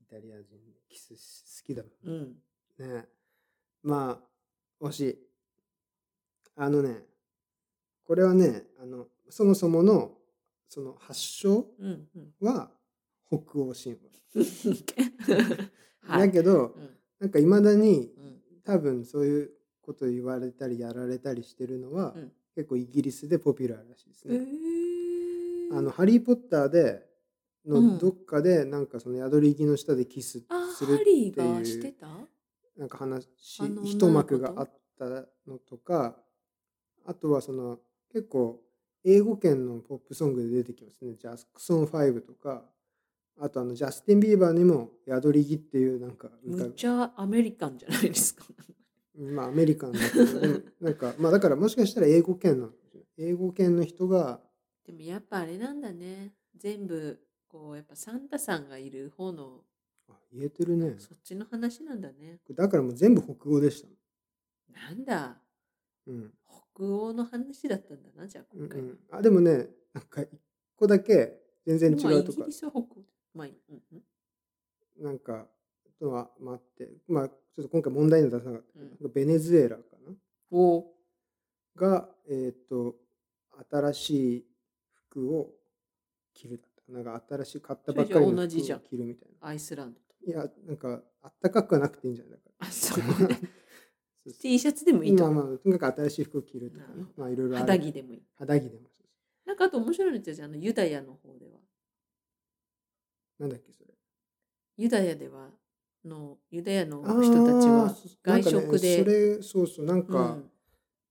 B: イタリア人キス好きだも
A: う。うん。
B: んねまあ惜しいあのねこれはねあのそもそものその発祥
A: うん、 うん。
B: は北欧神話
A: は
B: だ
A: い。
B: けど、
A: うん、
B: なんかいまだに
A: うん、
B: 多分そういうこと言われたりやられたりしてるのは、
A: うん
B: 結構イギリスでポピュラーらしいです
A: え
B: ね。
A: ー、
B: あの「ハリー・ポッターで」
A: う
B: の
A: ん
B: どっかでなんかその宿り木の下でキス
A: あ、
B: す
A: ハ
B: るって
A: リーがし
B: い
A: て
B: う
A: た
B: なんか話
A: あの
B: 一幕
A: 女の
B: が
A: 子
B: あ
A: と
B: ったのとかあとはその結構英語圏のポップソングで出てきますねジャクソン5とかあとあのジャスティン・ビーバーにも「宿り木」っていうなんか歌
A: むっちゃアメリカンじゃないですか。
B: まあアメリカンだけどでもなんかまあだからもしかしたら英語圏の英語圏の人が
A: でもやっぱあれなんだね。全部、こう、やっぱサンタさんがいる方の、
B: あ言えてるね
A: そっちの話なんだね。
B: だからもう全部北語でした
A: なんだ。
B: うん、
A: 北欧の話だったんだな、じゃあ
B: うんう
A: 今回。
B: ん、あでもねなんか一個だけ全然違
A: まあ
B: うと
A: イギ
B: か
A: リスは北欧。まあ、うんうん
B: なんかのはまあってまあちょっと今回問題には出さなかったけど
A: うん、
B: なんかベネズエラかな
A: お
B: がえーっと新しい服を着るだったなんか新しい買ったばっかりの
A: それじゃあ同
B: 服を
A: じじゃん
B: 着るみたい
A: アイスランドと。
B: ないやなんかあったかくはなくていいんじゃないだから
A: あ、 そう T シャツでもいい
B: 今は
A: と。
B: まあとにかく新しい服を着るとか
A: な
B: ね
A: るほ、
B: まあいろいろある
A: 肌着でもいい。
B: 肌着でもそうそ
A: なんかあと面白いのってじゃあのユダヤの方では。
B: うなんだっけそれ
A: ユダヤでは、のユダヤの人たちは
B: あーなんかね
A: 外食で。
B: それそうそうなんか、
A: うん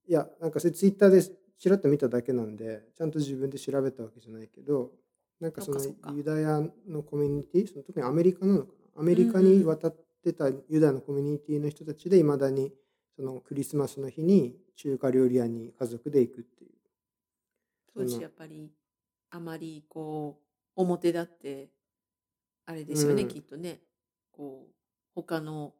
B: いやなんかそれツイッターでちらっと見ただけなんでちゃんと自分で調べたわけじゃないけどなんかその
A: そっかそっか
B: ユダヤのコミュニティその特にアメリカなのかなアメリカに渡ってたユダヤのコミュニティの人たちでいまだにそのクリスマスの日に中華料理屋に家族で行くっていう
A: 当
B: そ
A: 時
B: の
A: やっぱりあまりこう表立ってあれですよね、
B: うん
A: きっとねこう他の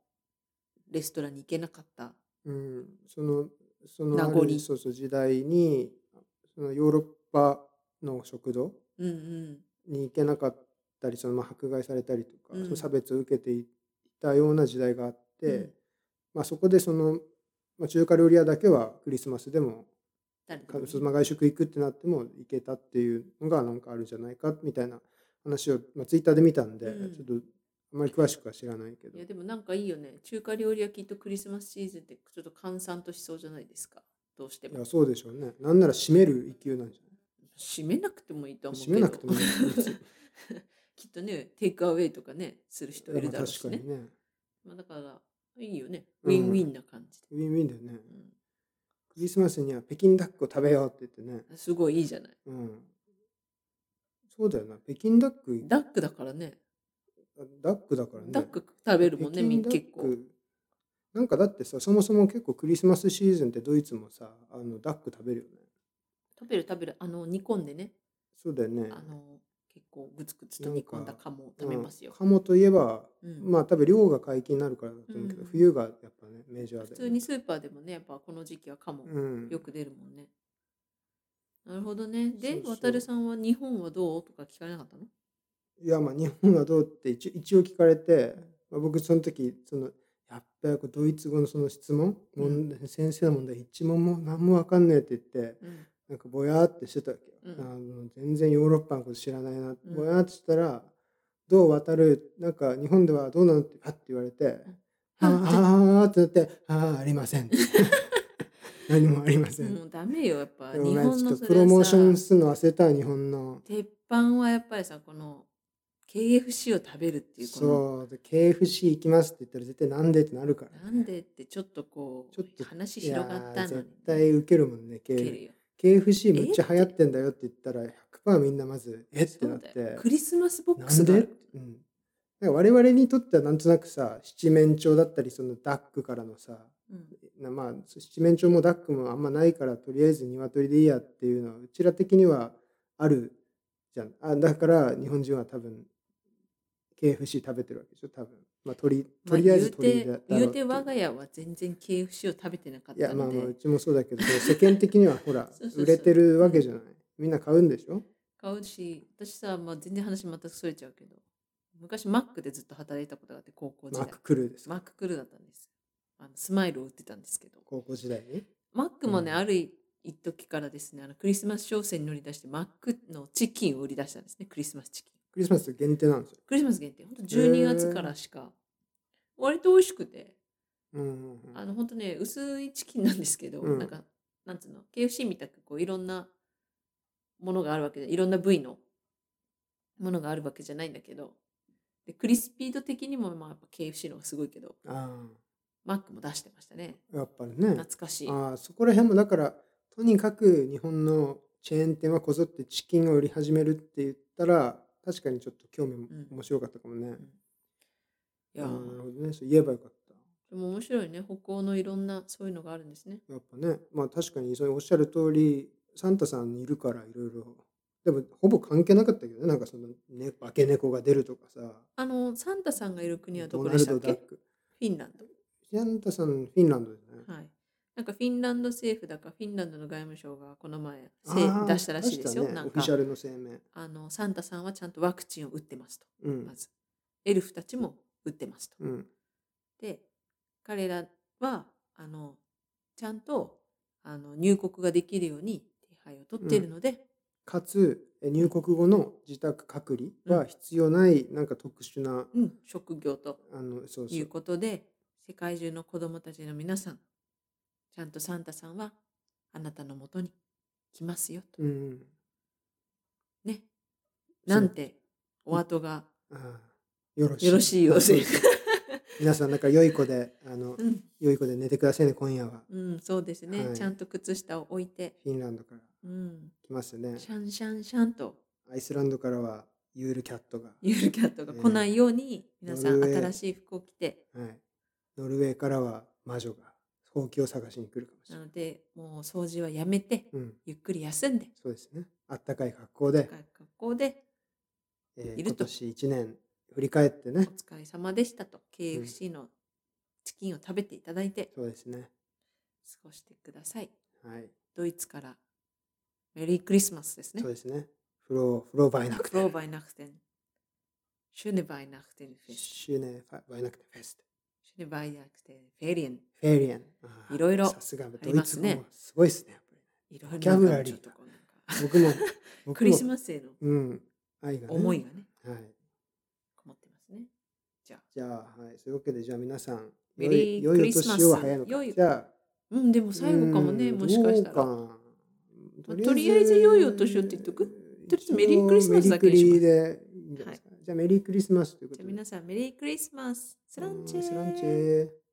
A: レストランに行けなかった
B: うん、そのその
A: 名
B: あ
A: 残
B: るそうそう時代にそのヨーロッパの食堂
A: うんうん
B: に行けなかったりそのまあ迫害されたりとか、
A: うん
B: その差別を受けていたような時代があって、
A: うん
B: まあ、そこでその、まあ、中華料理屋だけはクリスマスでも
A: 誰で
B: か
A: もね
B: そのまあ外食行くってなっても行けたっていうのがなんかあるんじゃないかみたいな話を、まあ、ツイッターで見たんで、
A: うん
B: ちょっとあまり詳しくは知らないけど
A: いやでもなんかいいよね中華料理はきっとクリスマスシーズンってちょっと閑散としそうじゃないですかどうして
B: いや
A: も
B: そうでしょうねなんなら閉める勢いなんじゃない
A: 閉めなくてもいいとは思うけど
B: 閉めなくてもいいですよ
A: きっとねテイクアウェイとかねする人いるだろうし
B: まあ
A: ね
B: 確かにね
A: まあ、だからいいよね
B: う
A: ウ
B: ん
A: ィンウィンな感じで、
B: ウィンウィンだよね
A: うん
B: クリスマスには北京ダックを食べようって言ってね
A: すごいいいじゃない
B: うんそうだよな北京ダック
A: ダックだからね
B: ダックだからね
A: ダック食べるもんね、みん
B: 北京
A: 結
B: ダッ
A: 構。
B: クなんかだってさそもそも結構クリスマスシーズンってドイツもさあのダック食べるよね
A: 食べる食べる、あの煮込んでね、
B: そうだよね
A: あの結構グツグツと煮込んだ鴨を食べますよ
B: うん。鴨といえば
A: うん
B: まあ多分量が解禁になるからだと思うけど、
A: うん
B: 冬がやっぱねメジャーで
A: 普通にスーパーでもね、やっぱこの時期は鴨
B: うん
A: よく出るもんね。なるほどね。
B: そ
A: で
B: うそう、
A: 渡るさんは日本はどうとか聞かれなかったの
B: いやまあ日本はどうって一応一応聞かれてまあ、僕その時そのやっぱりこうドイツ語のその質問問題先生の問題一問も何も分かんねえって言って
A: うん
B: なんかぼやーってしてたわけよ、
A: うん
B: あの全然ヨーロッパのこと知らないな、
A: ん
B: ぼやーってしたら「どう渡るなんか日本ではどうなの?」ってパッて言われて「あーあーあー」ってなって「ああありま せん」何もありません
A: もうダメよやっぱ
B: でも
A: 日
B: ね
A: 本
B: ちょ
A: の
B: っ
A: そ
B: とプ
A: れ
B: ロモーショ
A: は
B: ン
A: さ
B: するの忘れた日本の
A: 鉄板はやっぱりさこの KFC を食べるっていうこの
B: そうで KFC 行きますって言ったら絶対なんでってなるから
A: なんでってちょっとこう
B: ちょっと
A: 話広がっ
B: いや
A: た
B: ー
A: のに
B: 絶対ウケるもんね
A: ウケる
B: K-
A: よ
B: KFC めっちゃ流行ってんだよって言ったら100%みんなまずえって
A: そ
B: なっ
A: う
B: て
A: だよクリスマスボック
B: な
A: ス
B: ん
A: があ
B: で
A: る、
B: うん、なんか我々にとってはなんとなくさ七面鳥だったりそのダックからのさ
A: うん
B: なまあ七面鳥もダックもあんまないからとりあえず鶏でいいやっていうのはうちら的にはあるじゃんあだから日本人は多分 KFC 食べてるわけでしょ多分まあ鳥とりあえず
A: まあ、
B: 鳥
A: 言
B: だ
A: う
B: だ
A: て
B: ろう
A: 言う
B: って
A: て
B: いう
A: 我が家は全然 KFC を食べてなかっ
B: いや
A: た
B: まあ
A: ので
B: まあうちもそうだけど世間的にはほら
A: そうそうそう
B: 売れてるわけじゃないみんな買うんでしょ
A: 買うし私さ、まあ、全然話全くそれちゃうけど昔マックでずっと働いたことがあって高校時
B: マッ
A: 代
B: ククルーです
A: マ
B: か
A: ッククルーだったんですあのスマイルを売ってたんですけど
B: 高校時代に
A: マックもね、
B: うん
A: ある一時からですねあのクリスマス商戦に乗り出してマックのチキンを売り出したんですねクリスマスチキン
B: クリスマス限定なんですよ
A: クリスマス限定本当12月からしか割と美味しくて
B: うんうんうん
A: あの本当ね薄いチキンなんですけど、
B: うん
A: なんかなんつうの KFC みたくこういろんなものがあるわけでいろんな部位のものがあるわけじゃないんだけどでクリスピード的にもまあやっぱ KFC の方がすごいけど
B: あ
A: マックも出してましたね
B: あやっぱりね
A: 懐かしい、
B: ああそこら辺もだからとにかく日本のチェーン店はこぞってチキンを売り始めるって言ったら確かにちょっと興味も
A: うん
B: 面白かったかもね、
A: んいや
B: ああ
A: ー
B: なるほどねそう言えばよかっ
A: でも面白いね北欧のいろんなそういうのがあるんですね
B: たやっぱねまあ確かにそうおっしゃる通りサンタさんいるからいろいろでもほぼ関係なかったけどねなんかその、ね、化け猫が出るとかさ
A: あのサンタさんがいる国はどこ
B: ドナ
A: で
B: ル
A: した
B: ド・
A: っ
B: ダッ
A: け
B: ク
A: フィンランド
B: サンタさんフィンランドですね、
A: はい。なんかフィンランド政府だかフィンランドの外務省がこの前せ
B: ああ
A: 出したらしいですよ。
B: 出した
A: な
B: ね
A: ん
B: オフィ
A: か
B: シャルの声明、
A: あのサンタさんはちゃんとワクチンを打ってますと、
B: う
A: ま
B: ん
A: ずエルフたちも打ってますと。
B: うん、
A: で彼らはあのちゃんとあの入国ができるように手配を取っているので、
B: かつえ入国後の自宅隔離は必要ないなんか特殊な、
A: うん職業と
B: あのそうそ
A: いう
B: う
A: ことで世界中の子どもたちの皆さんちゃんとサンタさんはあなたのもとに来ますよと。
B: うん
A: ね。
B: そう
A: なんて、お後が
B: ああよろしい
A: よろしいようで。
B: 皆さんなんか良い子であの、
A: うん、
B: 良い子で寝てくださいね今夜は
A: うん、そうですね、
B: はい
A: ちゃんと靴下を置いて、
B: フィンランドから
A: うん、
B: 来ますね
A: シャンシャンシャンと
B: アイスランドからはユールキャットが、
A: ゆるキャットが来ないように、皆さん
B: ノルウェー
A: 新しい服を着て、
B: はい、ノルウェーからは魔女がほうきを探しに来るかもしれ
A: な
B: ない、
A: ので、もう掃除はやめて、
B: うん、
A: ゆっくり休んで、
B: そうですねあったかい格好で、
A: 学校で
B: えー
A: いる
B: 今
A: と
B: 年1年振り返って
A: お
B: ね
A: 疲れ様でしたと、KFC のチキンを食べていただいて、過
B: そうですね
A: ごしてください。
B: はい
A: ドイツからメリークリスマスですね
B: そう。ですね。フロー、フローバイナクテン。
A: Frohe Weihnachten. Schöne Weihnachten.
B: シュネファバイナクテンフェスト。
A: Schöne Weihnachten. Ferien.
B: フェリアン。あー
A: いろいろ
B: さすが、
A: り
B: ドイ
A: ま
B: ツ
A: す
B: 語
A: ね
B: もすごいですね。やっ
A: いろいろ
B: キャブラリー
A: なんかちょっとこうなんか
B: ぱり僕も、僕も。
A: クリスマスへの
B: うん。愛が、ね。
A: 思いがね、
B: はい。
A: こもってますね。じゃあ、
B: じゃあ、はい。そういうわけで、じゃあ皆さん、
A: メリー
B: 良い
A: ク
B: 良い
A: リ
B: お
A: スマス
B: 年を早いのか。
A: 良い
B: じゃあ、
A: うん、でも最後かもね、
B: うん
A: もしかした
B: どう
A: ら。
B: か
A: まあとりあえず良いお年をって言っとくとりあえずメリークリスマスだけにし
B: 一応
A: ま
B: メリ
A: す
B: ークリでいいんじゃないですかじゃあメリークリスマスというこ
A: じ
B: と
A: ゃあ
B: で。
A: 皆さん、メリークリスマス。スランチェ
B: うんスランチ
A: ー。
B: ェー。